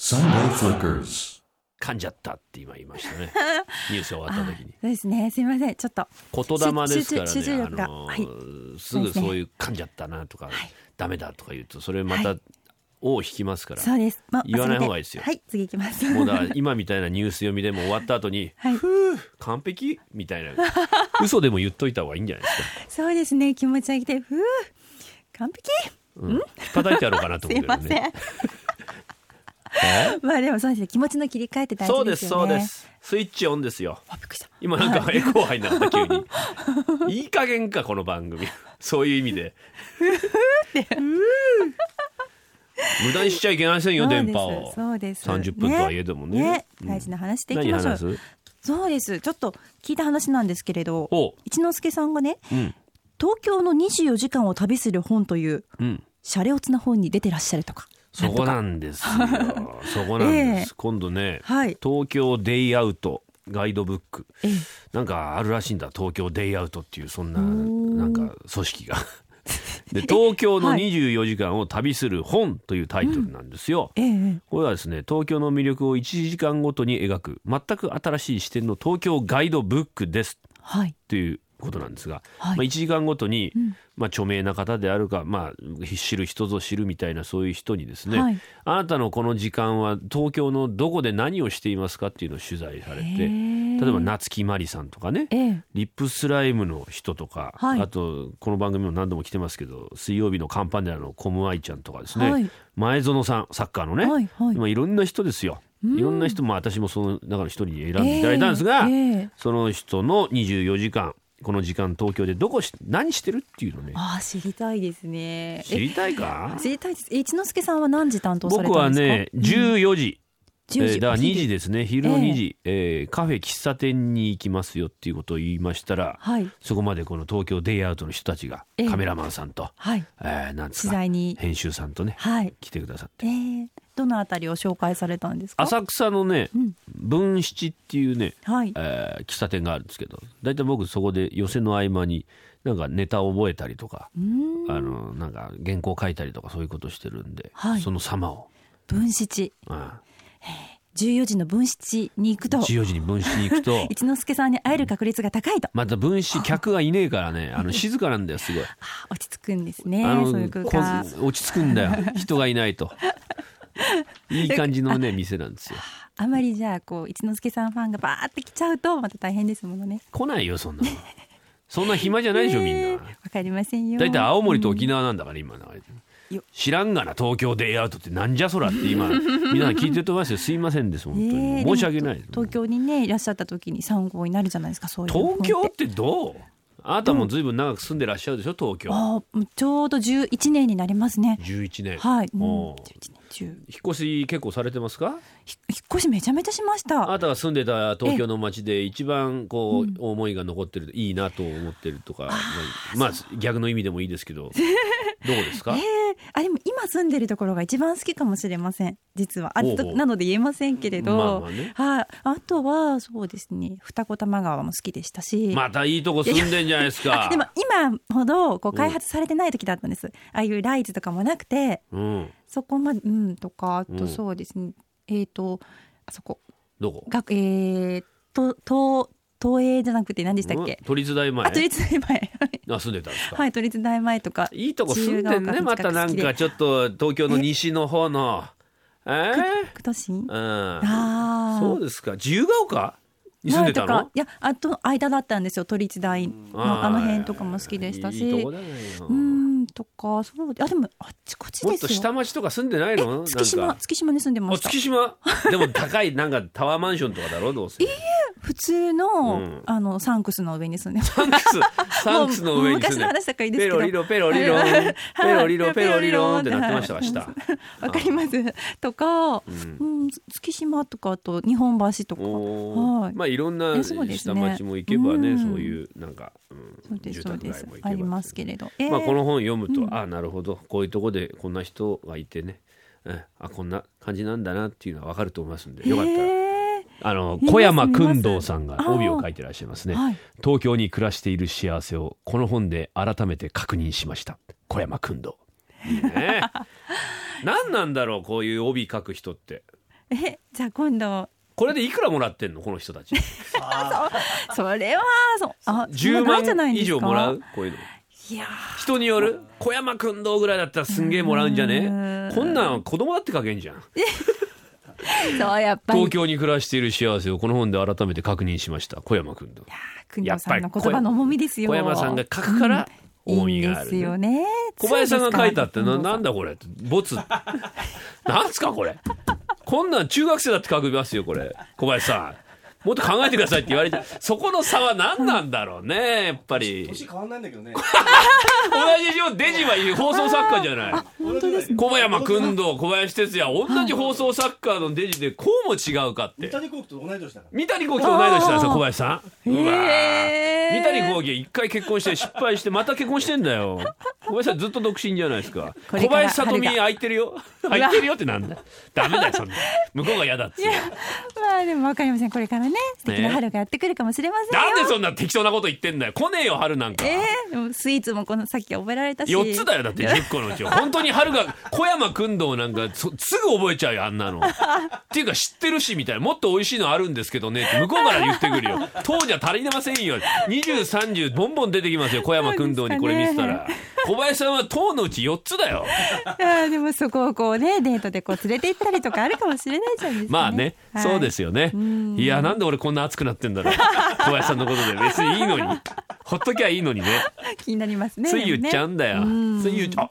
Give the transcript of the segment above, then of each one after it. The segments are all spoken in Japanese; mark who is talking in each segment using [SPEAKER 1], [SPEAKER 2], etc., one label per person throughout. [SPEAKER 1] Sunday Flickers.
[SPEAKER 2] 噛んじゃったって今言いましたねニュース終わった時に
[SPEAKER 3] そうですね。すみません。ちょっと。
[SPEAKER 2] 言霊ですから
[SPEAKER 3] 集集中
[SPEAKER 2] ね、あ
[SPEAKER 3] 力が
[SPEAKER 2] の
[SPEAKER 3] はい
[SPEAKER 2] すぐそういう噛んじゃったなとか、ダメだとか言うとそれまた尾を引きますから、
[SPEAKER 3] そうです。ま
[SPEAKER 2] 言わない方がいいですよ
[SPEAKER 3] はい、次行きます。
[SPEAKER 2] もうだから今みたいなニュース読みでも終わった後に「
[SPEAKER 3] はい
[SPEAKER 2] ふう完璧」みたいな嘘でも言っといた方がいいんじゃないですか、
[SPEAKER 3] そうですね。気持ち上げて、ふう完璧。
[SPEAKER 2] うん、引っ叩いてあるかなと
[SPEAKER 3] す
[SPEAKER 2] 思
[SPEAKER 3] いう
[SPEAKER 2] け
[SPEAKER 3] ま
[SPEAKER 2] ど
[SPEAKER 3] せん。
[SPEAKER 2] ね。え
[SPEAKER 3] まあでもそうですね。気持ちの切り替えって大
[SPEAKER 2] そう
[SPEAKER 3] 事
[SPEAKER 2] で
[SPEAKER 3] です
[SPEAKER 2] す
[SPEAKER 3] よ
[SPEAKER 2] そう
[SPEAKER 3] ね。
[SPEAKER 2] ですスイッチオンですよ
[SPEAKER 3] あびっくりした。
[SPEAKER 2] 今なんかエコー入んなかった急にいい加減かこの番組そういう意味で無駄にしちゃいけませんよ電波を
[SPEAKER 3] そうです。そうです
[SPEAKER 2] 30分とはいえどもねうん
[SPEAKER 3] 大事な話していき
[SPEAKER 2] 何
[SPEAKER 3] ましょ
[SPEAKER 2] 話
[SPEAKER 3] う。
[SPEAKER 2] す
[SPEAKER 3] そうです。ちょっと聞いた話なんですけれど
[SPEAKER 2] おう、
[SPEAKER 3] 一之輔さんがね、
[SPEAKER 2] うん
[SPEAKER 3] 東京の24時間を旅する本という、
[SPEAKER 2] うん
[SPEAKER 3] シャレオツな本に出てらっしゃるとか。
[SPEAKER 2] そこなんです よそこなんです、
[SPEAKER 3] ええ
[SPEAKER 2] 今度ね、
[SPEAKER 3] はい
[SPEAKER 2] 東京デイアウトガイドブック
[SPEAKER 3] ええ
[SPEAKER 2] なんかあるらしいんだ東京デイアウトっていうそんななんか組織 がで東京の
[SPEAKER 3] はい
[SPEAKER 2] 24時間を旅する本というタイトルなんですよ、
[SPEAKER 3] ええ
[SPEAKER 2] これはですね東京の魅力を1時間ごとに描く全く新しい視点の東京ガイドブックです
[SPEAKER 3] はい。
[SPEAKER 2] ということなんですが、
[SPEAKER 3] はい
[SPEAKER 2] まあ、1時間ごとに、まあ、著名な方であるか、まあ、知る人ぞ知るみたいなそういう人にですね、
[SPEAKER 3] はい
[SPEAKER 2] あなたのこの時間は東京のどこで何をしていますかっていうのを取材され
[SPEAKER 3] へ
[SPEAKER 2] て
[SPEAKER 3] ー
[SPEAKER 2] 例えば夏木マリさんとかね
[SPEAKER 3] ええ
[SPEAKER 2] リップスライムの人とか、
[SPEAKER 3] はい
[SPEAKER 2] あとこの番組も何度も来てますけど水曜日のカンパネラのコムアイちゃんとかですね、
[SPEAKER 3] はい
[SPEAKER 2] 前園さんサッカーのね、
[SPEAKER 3] はいはい
[SPEAKER 2] まあ、いろんな人ですよ。いろんな人も私もその中の一人に選んでいただいたんですが、
[SPEAKER 3] ええええ
[SPEAKER 2] その人の24時間この時間東京でどこし何してるっていうのね
[SPEAKER 3] ああ知りたいですね。
[SPEAKER 2] 知りたいか
[SPEAKER 3] え知りたいです。え一之輔さんは何時担当され
[SPEAKER 2] 僕
[SPEAKER 3] た
[SPEAKER 2] は
[SPEAKER 3] んですか。
[SPEAKER 2] ね14時、え
[SPEAKER 3] 10時
[SPEAKER 2] ーだから2時
[SPEAKER 3] で。
[SPEAKER 2] ですね昼の2時、えーカフェ喫茶店に行きますよっていうことを言いましたら、
[SPEAKER 3] はい
[SPEAKER 2] そこまでこの東京デイアウトの人たちが
[SPEAKER 3] ええ
[SPEAKER 2] カメラマンさんと、
[SPEAKER 3] はい
[SPEAKER 2] えーなんです
[SPEAKER 3] 取
[SPEAKER 2] か
[SPEAKER 3] 材に
[SPEAKER 2] 編集さんとね、
[SPEAKER 3] はい。
[SPEAKER 2] 来てくださって
[SPEAKER 3] ええどのあたりを紹介されたんですか。
[SPEAKER 2] 浅草のね、文七っていうね、
[SPEAKER 3] はい
[SPEAKER 2] えー喫茶店があるんですけど大体僕そこで寄席の合間になんかネタを覚えたりとかあのなんか原稿書いたりとかそういうことしてるんで、
[SPEAKER 3] はい
[SPEAKER 2] その様を、
[SPEAKER 3] 分七
[SPEAKER 2] うん、
[SPEAKER 3] 十四時の分七に行くと
[SPEAKER 2] 14時に分子に行く と
[SPEAKER 3] 一之輔さんに会える確率が高いと。
[SPEAKER 2] また分子客がいねえから ねあの静かなんだよすごい。
[SPEAKER 3] あ落ち着くんですね。
[SPEAKER 2] あの
[SPEAKER 3] そういう空間。
[SPEAKER 2] こ落ち着くんだよ人がいない と。いい感じのね店なんですよ。
[SPEAKER 3] あまりじゃあこう一之輔さんファンがバーって来ちゃうとまた大変ですものね。
[SPEAKER 2] 来ないよそんなの。そんな暇じゃないでしょみん
[SPEAKER 3] ええ
[SPEAKER 2] な
[SPEAKER 3] わ。かりませんよ。
[SPEAKER 2] 大体青森と沖縄なんだから今流れて
[SPEAKER 3] よ
[SPEAKER 2] る知らんがな東京デイアウトってなんじゃそらって 今みんな聞いてると思いますよすいませんです本当
[SPEAKER 3] ねえ
[SPEAKER 2] に申し訳ないです
[SPEAKER 3] でも東京にねいらっしゃった時に参考になるじゃないですかそういう本っ
[SPEAKER 2] 東
[SPEAKER 3] て
[SPEAKER 2] 京ってどうあなたもずいぶん長く住んでらっしゃるでしょ東京
[SPEAKER 3] ああちょうど11年になりますね
[SPEAKER 2] 11年
[SPEAKER 3] はい、うん、
[SPEAKER 2] おう
[SPEAKER 3] 11年10
[SPEAKER 2] 引っ越し結構されてますか
[SPEAKER 3] ひ引っ越しめちゃめちゃしまし
[SPEAKER 2] あ
[SPEAKER 3] た
[SPEAKER 2] なたが住んでた東京の街で一番こう思いが残ってるいいなと思ってるとかまあ逆の意味でもいいです けどどうです
[SPEAKER 3] え
[SPEAKER 2] か
[SPEAKER 3] えあでも今住んでるところが一番好きかもしれません実はあ
[SPEAKER 2] おうおう
[SPEAKER 3] なので言えませんけれど、
[SPEAKER 2] まあまあね
[SPEAKER 3] はいあとはそうですね二子玉川も好きでしたし、
[SPEAKER 2] またいいとこ住んでんじゃないです
[SPEAKER 3] あ
[SPEAKER 2] か
[SPEAKER 3] でも今ほどこう開発されてない時だったんです、ああいうライズとかもなくて
[SPEAKER 2] うん
[SPEAKER 3] そこまでうんとかあ
[SPEAKER 2] う
[SPEAKER 3] と
[SPEAKER 2] ん
[SPEAKER 3] そうですね、えっ、とあそこ
[SPEAKER 2] どこ
[SPEAKER 3] がえー、と東東映じゃなくて何でしたっけ
[SPEAKER 2] う、ん都立大前
[SPEAKER 3] あ都立 大前
[SPEAKER 2] あ住んでたんですか、
[SPEAKER 3] はい都立大前とか
[SPEAKER 2] いいとこ住んでんねまたなんかちょっと東京の西の方のええ
[SPEAKER 3] 区都
[SPEAKER 2] う
[SPEAKER 3] 心
[SPEAKER 2] ん
[SPEAKER 3] ああ
[SPEAKER 2] そうですか自由が丘に住んでた
[SPEAKER 3] 前と
[SPEAKER 2] の
[SPEAKER 3] かいやあと間だったんですよ都立大のあの辺とかも好きでした
[SPEAKER 2] い
[SPEAKER 3] し
[SPEAKER 2] いとこだね
[SPEAKER 3] うーんとかそうあでもあっちこっちですよ
[SPEAKER 2] もっと下町とか住んでないのなんか
[SPEAKER 3] 月島月島に住んでま
[SPEAKER 2] あ
[SPEAKER 3] した
[SPEAKER 2] 月 島でも高いなんかタワーマンションとかだろどうせ
[SPEAKER 3] 普通の、
[SPEAKER 2] うん
[SPEAKER 3] あのサンクスの上に住んでます
[SPEAKER 2] サンク スサンクスの上に住ん
[SPEAKER 3] もう昔
[SPEAKER 2] で
[SPEAKER 3] の話だからいいで
[SPEAKER 2] ペ
[SPEAKER 3] すけど
[SPEAKER 2] ロリロペロリロン
[SPEAKER 3] はい
[SPEAKER 2] ペロリロペロリロンって
[SPEAKER 3] ペロリロン
[SPEAKER 2] なってましたか 下
[SPEAKER 3] わかりますとか、うん、月島とかあと日本橋とか
[SPEAKER 2] おー
[SPEAKER 3] はい
[SPEAKER 2] まあいろんな
[SPEAKER 3] えそうです
[SPEAKER 2] 下
[SPEAKER 3] ね
[SPEAKER 2] 町も行けばね
[SPEAKER 3] うん
[SPEAKER 2] そういうなんか、うん
[SPEAKER 3] そうで
[SPEAKER 2] 住
[SPEAKER 3] すそう
[SPEAKER 2] 宅
[SPEAKER 3] で
[SPEAKER 2] 街
[SPEAKER 3] す
[SPEAKER 2] も行けば
[SPEAKER 3] ありますけれど、えー
[SPEAKER 2] まあこの本読むと、ああなるほどこういうとこでこんな人がいてね、うん、あこんな感じなんだなっていうのはわかると思いますんでよかったら、
[SPEAKER 3] え
[SPEAKER 2] あの
[SPEAKER 3] 見ます
[SPEAKER 2] 小山君堂さんが
[SPEAKER 3] 見ます
[SPEAKER 2] 帯を書いてらっしゃいますね、
[SPEAKER 3] あーはい
[SPEAKER 2] 東京に暮らしている幸せをこの本で改めて確認しました小 山君堂いいね何なんだろうこういう帯書く人って
[SPEAKER 3] えじゃあ今度
[SPEAKER 2] これでいくらもらってんのこの人たち
[SPEAKER 3] それはそうあ
[SPEAKER 2] 10
[SPEAKER 3] そんなない
[SPEAKER 2] 万
[SPEAKER 3] んじゃないんで
[SPEAKER 2] 以
[SPEAKER 3] すか
[SPEAKER 2] 上もらうこういうの
[SPEAKER 3] いや
[SPEAKER 2] 人による小山君どうぐらいだったらすんげえもらうんじゃ
[SPEAKER 3] う
[SPEAKER 2] ね
[SPEAKER 3] ーん
[SPEAKER 2] こんなん子供だって書けんじゃん
[SPEAKER 3] ーそうやっぱり
[SPEAKER 2] 東京に暮らしている幸せをこの本で改めて確認しました小山君と
[SPEAKER 3] 国野さんの言葉の重みですよ
[SPEAKER 2] 小山さんが書くから重みがあ
[SPEAKER 3] いい
[SPEAKER 2] る
[SPEAKER 3] んです
[SPEAKER 2] ね、
[SPEAKER 3] よね
[SPEAKER 2] 小林さんが書いたってななん
[SPEAKER 3] だ
[SPEAKER 2] だこれってボツ なんすかこれこんなん中学生だって書きますよこれ小林さんもっと考えてくださいって言われてそこの差は何なんだろうねやっぱり同じ
[SPEAKER 1] 年変わんないんだけどね。
[SPEAKER 2] よデジは放送作家じゃない
[SPEAKER 1] 本当です
[SPEAKER 2] 小山君堂小林哲也同じ放送作家のデジでこうも違うかって
[SPEAKER 1] 三谷幸喜と同い年だか
[SPEAKER 2] 三谷幸喜と同い年なんですよ
[SPEAKER 3] あー
[SPEAKER 2] 小林さんうわー
[SPEAKER 3] え
[SPEAKER 2] 三
[SPEAKER 3] ー
[SPEAKER 2] 谷幸喜は一回結婚して失敗してまた結婚してんだよ小林さんずっと独身じゃないですか小
[SPEAKER 3] これから
[SPEAKER 2] 林さとみ
[SPEAKER 3] 春が
[SPEAKER 2] 空いてるよ空いてるよってなんだダメだよそんな向こうが嫌だっつって
[SPEAKER 3] まあでもわかりませんこれからね素敵な春がやってくるかもしれませんよ、
[SPEAKER 2] なんでそんな適当なこと言ってんだよ来ねえよ春なんか、
[SPEAKER 3] えーでもスイーツもこのさっき覚えられたし
[SPEAKER 2] 4つだよだって10個のうちを本当に春が小山君堂なんかそすぐ覚えちゃうよあんなのっていうか知ってるしみたいなもっと美味しいのあるんですけどねって向こうから言ってくるよ当時は足りませんよ2030ボンボン出てきますよ小山君堂にこれ見てたら、小林さんは糖のうち4つだよ
[SPEAKER 3] あーでもそこをこうねデートでこう連れて行ったりとかあるかもしれないじゃないですか、
[SPEAKER 2] まあね、そうですすよね
[SPEAKER 3] ん
[SPEAKER 2] いやなんで俺こんな熱くなってんだろう小林さんのことで別にいいのにほっときゃいいのにね
[SPEAKER 3] 気になりますね
[SPEAKER 2] つい言っちゃうんだよ、
[SPEAKER 3] でもね
[SPEAKER 2] つい言っちゃあ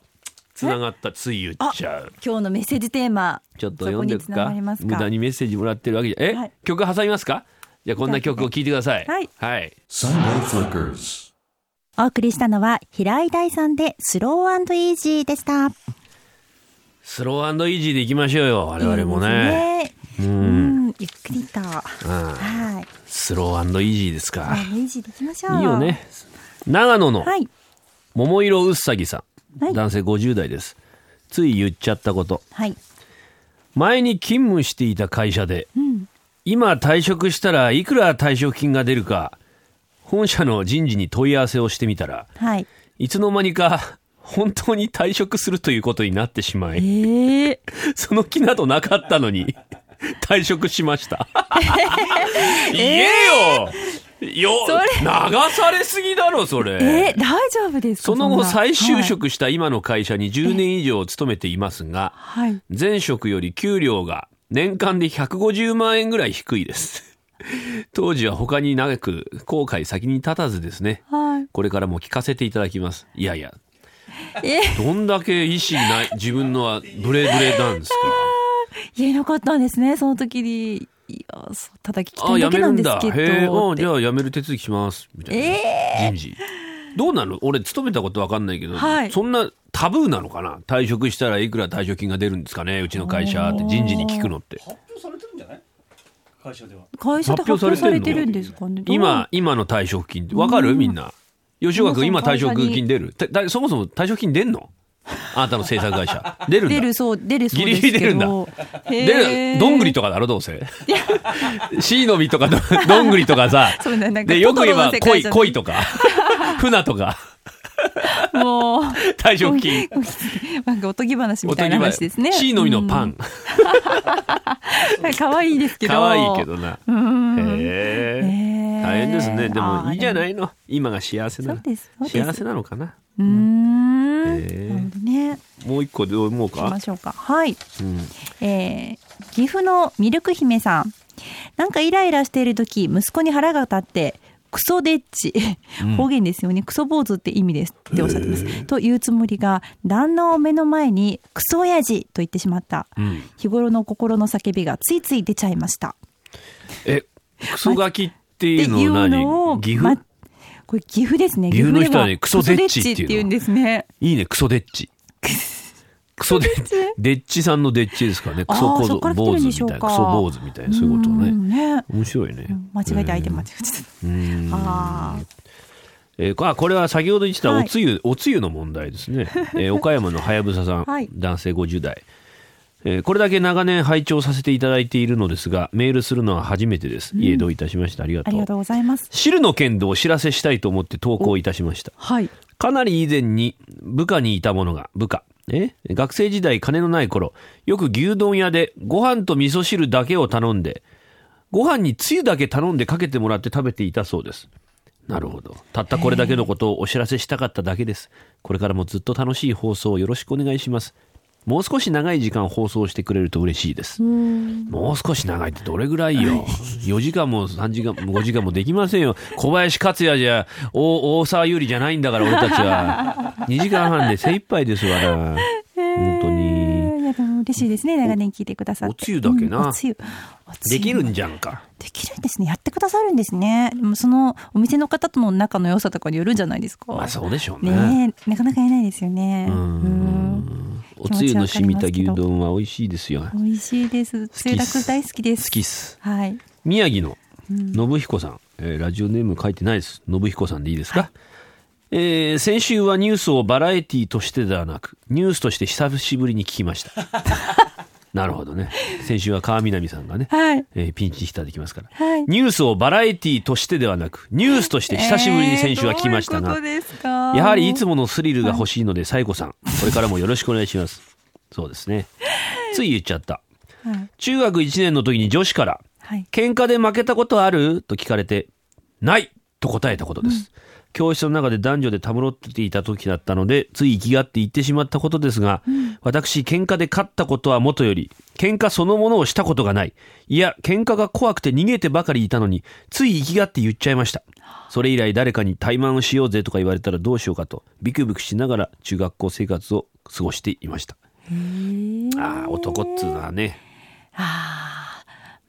[SPEAKER 2] つながったつい言っちゃう
[SPEAKER 3] 今日のメッセージテーマ
[SPEAKER 2] ちょっと読んでいく
[SPEAKER 3] そこに繋
[SPEAKER 2] か
[SPEAKER 3] がります
[SPEAKER 2] 無駄にメッセージもらってるわけじゃえ、
[SPEAKER 3] はい
[SPEAKER 2] 曲挟みますかじゃあこんな曲を聴いてください
[SPEAKER 3] はい
[SPEAKER 2] はい、
[SPEAKER 1] Sunday Flickers.
[SPEAKER 3] お送りしたのは平井大さんでスローイージーでした
[SPEAKER 2] スローイージーでいきましょうよ我々もね
[SPEAKER 3] いいですねうんゆっくりと
[SPEAKER 2] うん、
[SPEAKER 3] はい
[SPEAKER 2] スローイージーですか
[SPEAKER 3] イージーでいきましょう
[SPEAKER 2] いいよね長野の、
[SPEAKER 3] はい
[SPEAKER 2] 桃色うっさぎさん、
[SPEAKER 3] はい
[SPEAKER 2] 男性50代ですつい言っちゃったこと
[SPEAKER 3] はい
[SPEAKER 2] 前に勤務していた会社で、
[SPEAKER 3] ん
[SPEAKER 2] 今退職したらいくら退職金が出るか本社の人事に問い合わせをしてみたら
[SPEAKER 3] はい
[SPEAKER 2] いつの間にか本当に退職するということになってしまい
[SPEAKER 3] ええ
[SPEAKER 2] その気などなかったのに退職しました 言えよよ
[SPEAKER 3] そ
[SPEAKER 2] 流されすぎだろそれ
[SPEAKER 3] えー、大丈夫ですか
[SPEAKER 2] その
[SPEAKER 3] ん
[SPEAKER 2] 後
[SPEAKER 3] な
[SPEAKER 2] 再就職した今の会社に10年以上勤めていますが、
[SPEAKER 3] はい、はい
[SPEAKER 2] 前職より給料が年間で150万円ぐらい低いです。当時は他に長く後悔先に立たずですね。
[SPEAKER 3] はい
[SPEAKER 2] これからも聞かせていただきます。いやいや、
[SPEAKER 3] え
[SPEAKER 2] どんだけ意志ない、自分のはブレブレなんです
[SPEAKER 3] 言えなかったんですねその時にいやそうただ聞き
[SPEAKER 2] か。
[SPEAKER 3] たいだけなんですけど
[SPEAKER 2] へえ、あ
[SPEAKER 3] って
[SPEAKER 2] じゃあ辞める手続きします。みたいな。人事。どうなの俺勤めたことわかんないけど、
[SPEAKER 3] はい
[SPEAKER 2] そんなタブーなのかな退職したらいくら退職金が出るんですかねうちの会社って人事に聞くのって。
[SPEAKER 1] 発表されてるんじゃない会社では。
[SPEAKER 3] 会社で
[SPEAKER 2] 発表
[SPEAKER 3] 発表
[SPEAKER 2] さ
[SPEAKER 3] さ
[SPEAKER 2] れ
[SPEAKER 3] れ
[SPEAKER 2] て
[SPEAKER 3] て
[SPEAKER 2] んの
[SPEAKER 3] るんですかねどう
[SPEAKER 2] 今今の退職金ってわかるみんな吉岡君今
[SPEAKER 3] 皆さ
[SPEAKER 2] 退
[SPEAKER 3] ん
[SPEAKER 2] 職
[SPEAKER 3] 会社
[SPEAKER 2] 金
[SPEAKER 3] に
[SPEAKER 2] 出るただそもそも退職金出んのあなたの制作会社出るんだ
[SPEAKER 3] 出るそう出るそうです
[SPEAKER 2] ギリギ
[SPEAKER 3] けど
[SPEAKER 2] リ出るんだ
[SPEAKER 3] へ
[SPEAKER 2] 出
[SPEAKER 3] ー
[SPEAKER 2] るどんぐりとかだろどうせシイの実とかどどんぐりとかさ
[SPEAKER 3] そうねなんか
[SPEAKER 2] でよく言えば
[SPEAKER 3] トトロの世
[SPEAKER 2] 恋
[SPEAKER 3] 界じゃない
[SPEAKER 2] 恋とか 船とか
[SPEAKER 3] もう
[SPEAKER 2] 退職金
[SPEAKER 3] なんかおとぎ話みたいな話ですね
[SPEAKER 2] シイの実のパン
[SPEAKER 3] うん可愛いですけど
[SPEAKER 2] 可愛いけどな
[SPEAKER 3] うん
[SPEAKER 2] へえ
[SPEAKER 3] へえ
[SPEAKER 2] 大変ですねでもいいじゃ
[SPEAKER 3] あ
[SPEAKER 2] な
[SPEAKER 3] ー
[SPEAKER 2] いの今が幸せなの
[SPEAKER 3] そうですそうです
[SPEAKER 2] 幸せなのかな
[SPEAKER 3] うーんな
[SPEAKER 2] へ
[SPEAKER 3] る
[SPEAKER 2] え
[SPEAKER 3] ほどね
[SPEAKER 2] もう一個どう思う
[SPEAKER 3] 行き
[SPEAKER 2] か
[SPEAKER 3] ましょうかはい
[SPEAKER 2] うん
[SPEAKER 3] えー岐阜のミルク姫さんなんかイライラしている時息子に腹が立ってクソデッチ
[SPEAKER 2] うん
[SPEAKER 3] 方言ですよね、クソ坊主って意味ですっておっしゃってますというつもりが旦那を目の前にクソ親父と言ってしまった
[SPEAKER 2] うん
[SPEAKER 3] 日頃の心の叫びがついつい出ちゃいました
[SPEAKER 2] え、クソガキって
[SPEAKER 3] って
[SPEAKER 2] い
[SPEAKER 3] いう
[SPEAKER 2] の
[SPEAKER 3] う
[SPEAKER 2] は
[SPEAKER 3] の
[SPEAKER 2] 何
[SPEAKER 3] を
[SPEAKER 2] 岐
[SPEAKER 3] ま
[SPEAKER 2] 阜
[SPEAKER 3] これ岐阜ですね
[SPEAKER 2] 岐阜の人はね
[SPEAKER 3] 岐
[SPEAKER 2] クソ
[SPEAKER 3] 阜
[SPEAKER 2] デッ
[SPEAKER 3] では
[SPEAKER 2] チっていうの
[SPEAKER 3] クソデッチっていうんですね
[SPEAKER 2] いいね、クソデッ チ。クソデッチ。デッチさんのデッチですからね。クソ
[SPEAKER 3] あ
[SPEAKER 2] 小
[SPEAKER 3] ーそ
[SPEAKER 2] 僧
[SPEAKER 3] っから来て
[SPEAKER 2] 坊主
[SPEAKER 3] るんで
[SPEAKER 2] み
[SPEAKER 3] しょう
[SPEAKER 2] たいな。
[SPEAKER 3] か
[SPEAKER 2] クソ坊主みたいな、そういうこと
[SPEAKER 3] う
[SPEAKER 2] ね。
[SPEAKER 3] んね
[SPEAKER 2] 面白いね。
[SPEAKER 3] 間違えて相手間違えちゃった
[SPEAKER 2] うーん
[SPEAKER 3] あー
[SPEAKER 2] えーあこれは先ほど言ってた
[SPEAKER 3] は
[SPEAKER 2] お
[SPEAKER 3] い
[SPEAKER 2] つゆ、おつゆの問題です ね、えー岡山のはやぶささん、
[SPEAKER 3] はい
[SPEAKER 2] 男性50代、えーこれだけ長年拝聴させていただいているのですがメールするのは初めてです、家どういたしましたありが
[SPEAKER 3] あ
[SPEAKER 2] と
[SPEAKER 3] りが
[SPEAKER 2] う
[SPEAKER 3] とうございます
[SPEAKER 2] 汁の件でお知らせしたいと思って投稿いたしました
[SPEAKER 3] はい
[SPEAKER 2] かなり以前に部下にいた者が部下え学生時代金のない頃、よく牛丼屋でご飯と味噌汁だけを頼んで、ご飯につゆだけ頼んでかけてもらって食べていたそうです。なるほど。たったこれだけのことをお知らせしたかっただけです。これからもずっと楽しい放送をよろしくお願いします。もう少し長い時間放送してくれると嬉しいです。もう少し長いってどれぐらいよ。4時間も3時間も5時間もできませんよ。小林克也じゃ、お大沢優里じゃないんだから俺たち は。2時間半で精一杯ですわな。本当に。
[SPEAKER 3] いやでも嬉しいですね長年聞いてくださって
[SPEAKER 2] おつゆだけな
[SPEAKER 3] うんおつゆおつゆ
[SPEAKER 2] できるんじゃんか。
[SPEAKER 3] できるんですねやってくださるんですねでもそのお店の方との仲の良さとかによるんじゃないですか
[SPEAKER 2] まあそうでしょうね。
[SPEAKER 3] ねえなかなかいないですよねうん
[SPEAKER 2] んおつゆの染みた牛丼は美味しいですよ。好
[SPEAKER 3] 美味しいですつゆだく大好きです
[SPEAKER 2] きっす。
[SPEAKER 3] はい
[SPEAKER 2] 宮城の信彦さん、えーラジオネーム書いてないです信彦さんでいいですか、えー先週はニュースをバラエティーとしてではなくニュースとして久しぶりに聞きました なるほどね先週は川南さんがね、
[SPEAKER 3] はい
[SPEAKER 2] えーピンチヒッターできますから、
[SPEAKER 3] はい
[SPEAKER 2] ニュースをバラエティーとしてではなくニュースとして久しぶりに先週は聞きましたが、
[SPEAKER 3] えーどういうことですか
[SPEAKER 2] やはりいつものスリルが欲しいので、サイコさん、これからもよろしくお願いします。そうですね。つい言っちゃった。
[SPEAKER 3] はい
[SPEAKER 2] 中学1年の時に女子から、
[SPEAKER 3] はい
[SPEAKER 2] 喧嘩で負けたことあると聞かれて、ないと答えたことです。教室の中で男女でたむろっていた時だったので、つい生きがって言ってしまったことですが、私、喧嘩で勝ったことはもとより、喧嘩そのものをしたことがない。いや、喧嘩が怖くて逃げてばかりいたのに、つい生きがって言っちゃいました。それ以来誰かに怠慢をしようぜとか言われたらどうしようかと、ビクビクしながら中学校生活を過ごしていました。ああ、男っつうのはね、
[SPEAKER 3] あ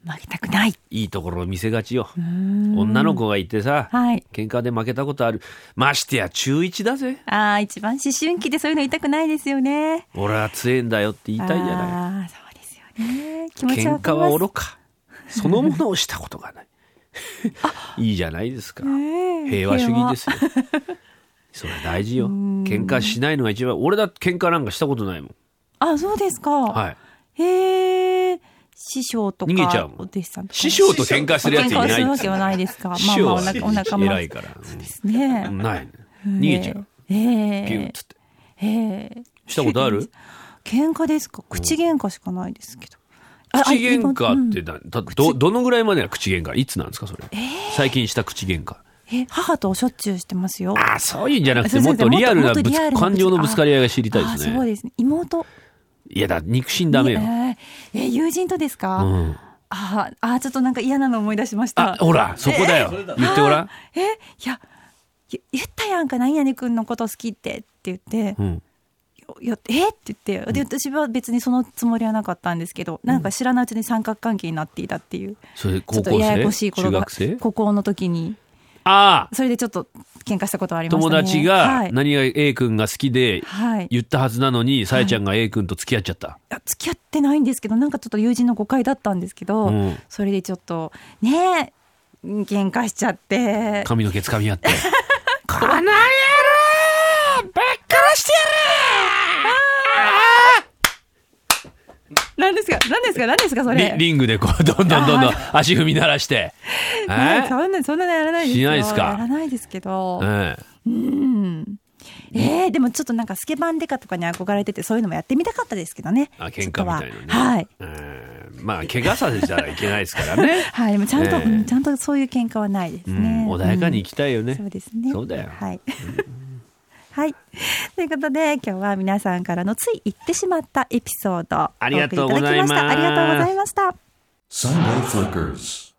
[SPEAKER 3] ー負けたくない
[SPEAKER 2] いいところを見せがちよ。女の子がいてさ、
[SPEAKER 3] はい
[SPEAKER 2] 喧嘩で負けたことある。ましてや中1だぜ。
[SPEAKER 3] ああ一番思春期でそういうの言いたくないですよね
[SPEAKER 2] 俺は強えんだよって言いたいじゃない。
[SPEAKER 3] ああそうですよね気持ち
[SPEAKER 2] 喧
[SPEAKER 3] わか
[SPEAKER 2] 嘩
[SPEAKER 3] りま
[SPEAKER 2] は
[SPEAKER 3] す
[SPEAKER 2] 愚か。そのものをしたことがない。 いいじゃないですか。
[SPEAKER 3] ねえ
[SPEAKER 2] 平和主義ですよ。それは大事よ。喧嘩しないのが一番。俺だって喧嘩なんかしたことないもん。
[SPEAKER 3] あ、そうですか。
[SPEAKER 2] はい。
[SPEAKER 3] へえ。師匠とか。
[SPEAKER 2] 逃げちゃうもん
[SPEAKER 3] お弟子さんとか。
[SPEAKER 2] 師匠と喧嘩するやつい
[SPEAKER 3] 喧嘩する
[SPEAKER 2] な
[SPEAKER 3] わ
[SPEAKER 2] い。
[SPEAKER 3] けはないですか。
[SPEAKER 2] 師
[SPEAKER 3] まあ
[SPEAKER 2] 匠
[SPEAKER 3] まあ、お
[SPEAKER 2] は
[SPEAKER 3] 腹、お仲間
[SPEAKER 2] 偉
[SPEAKER 3] で
[SPEAKER 2] いから。うん
[SPEAKER 3] すね。
[SPEAKER 2] ないね。逃げちゃう。
[SPEAKER 3] え
[SPEAKER 2] ビュンっ
[SPEAKER 3] え。
[SPEAKER 2] つって。
[SPEAKER 3] ええ。
[SPEAKER 2] したことある
[SPEAKER 3] 喧嘩ですか。口喧嘩しかないですけど。あ
[SPEAKER 2] 口喧嘩
[SPEAKER 3] あ
[SPEAKER 2] っ
[SPEAKER 3] 今
[SPEAKER 2] てなだどどのぐらいまでが口喧嘩いつなんですかそれ、最近した口喧嘩
[SPEAKER 3] うんえ、母としょっちゅうしてますよ。
[SPEAKER 2] ああそういうんじゃなくて
[SPEAKER 3] そうそ
[SPEAKER 2] も
[SPEAKER 3] う
[SPEAKER 2] っ
[SPEAKER 3] そう
[SPEAKER 2] とリアルな
[SPEAKER 3] もっと
[SPEAKER 2] ぶつ
[SPEAKER 3] リアルな
[SPEAKER 2] 感情のぶつかり合いが知りたいです
[SPEAKER 3] あそう
[SPEAKER 2] ね
[SPEAKER 3] ですね。妹。
[SPEAKER 2] いやだ肉親ダメよ、
[SPEAKER 3] えええ友人とですか。
[SPEAKER 2] うん、
[SPEAKER 3] あああ、ちょっとなんか嫌なの思い出しました。
[SPEAKER 2] あほらそこだよ
[SPEAKER 1] ええ
[SPEAKER 2] 言ってごらん、
[SPEAKER 3] えいやゆ言ったやんか何々君のこと好きってって言って
[SPEAKER 2] うん、
[SPEAKER 3] 「よよえっ?」て言ってで私は別にそのつもりはなかったんですけど、なんか知らないうちに三角関係になっていたっていう
[SPEAKER 2] それで
[SPEAKER 3] ち
[SPEAKER 2] 高
[SPEAKER 3] ょっと
[SPEAKER 2] 校
[SPEAKER 3] ややこし
[SPEAKER 2] 生
[SPEAKER 3] いこと
[SPEAKER 2] 中
[SPEAKER 3] が
[SPEAKER 2] 学生
[SPEAKER 3] 高校の時に
[SPEAKER 2] ああ
[SPEAKER 3] それでちょっと喧嘩したことはありました
[SPEAKER 2] 友
[SPEAKER 3] ね
[SPEAKER 2] 達が
[SPEAKER 3] はい、
[SPEAKER 2] 何が A 君が好きで
[SPEAKER 3] はい、い
[SPEAKER 2] 言ったはずなのにさえちゃんが A 君と付き合っちゃった、
[SPEAKER 3] や付き合ってないんですけどなんかちょっと友人の誤解だったんですけど、
[SPEAKER 2] うん
[SPEAKER 3] それでちょっとねえ喧嘩しちゃって
[SPEAKER 2] 髪の毛つかみ合 って
[SPEAKER 3] かな
[SPEAKER 2] ぶっ殺して
[SPEAKER 3] 何ですか何ですか何ですかそれ
[SPEAKER 2] リリングでこうどんどんどんどん足踏み鳴ら してえ
[SPEAKER 3] ね
[SPEAKER 2] ー
[SPEAKER 3] そんなそんなのやらないです
[SPEAKER 2] し
[SPEAKER 3] よ
[SPEAKER 2] ないですか
[SPEAKER 3] やらないですけど、
[SPEAKER 2] ええ
[SPEAKER 3] うんえー、でもちょっとなんかスケバンデカとかに憧れててそういうのもやってみたかったですけどね
[SPEAKER 2] あ喧嘩みたいなね
[SPEAKER 3] ちょっとははい、
[SPEAKER 2] えーまあ怪我させたらいけないですから ね、
[SPEAKER 3] はい、でもちゃんと、
[SPEAKER 2] ええ
[SPEAKER 3] うんちゃんとそういう喧嘩はないです
[SPEAKER 2] う
[SPEAKER 3] ね、
[SPEAKER 2] ん、穏やかに行きたいよね、
[SPEAKER 3] そうですね。
[SPEAKER 2] そうだよ
[SPEAKER 3] はい。 はい。ということで、今日は皆さんからのつい言ってしまったエピソード。
[SPEAKER 2] ありがとうございます
[SPEAKER 3] お送りただきしたありがとうございました。
[SPEAKER 4] Sunday Flickers.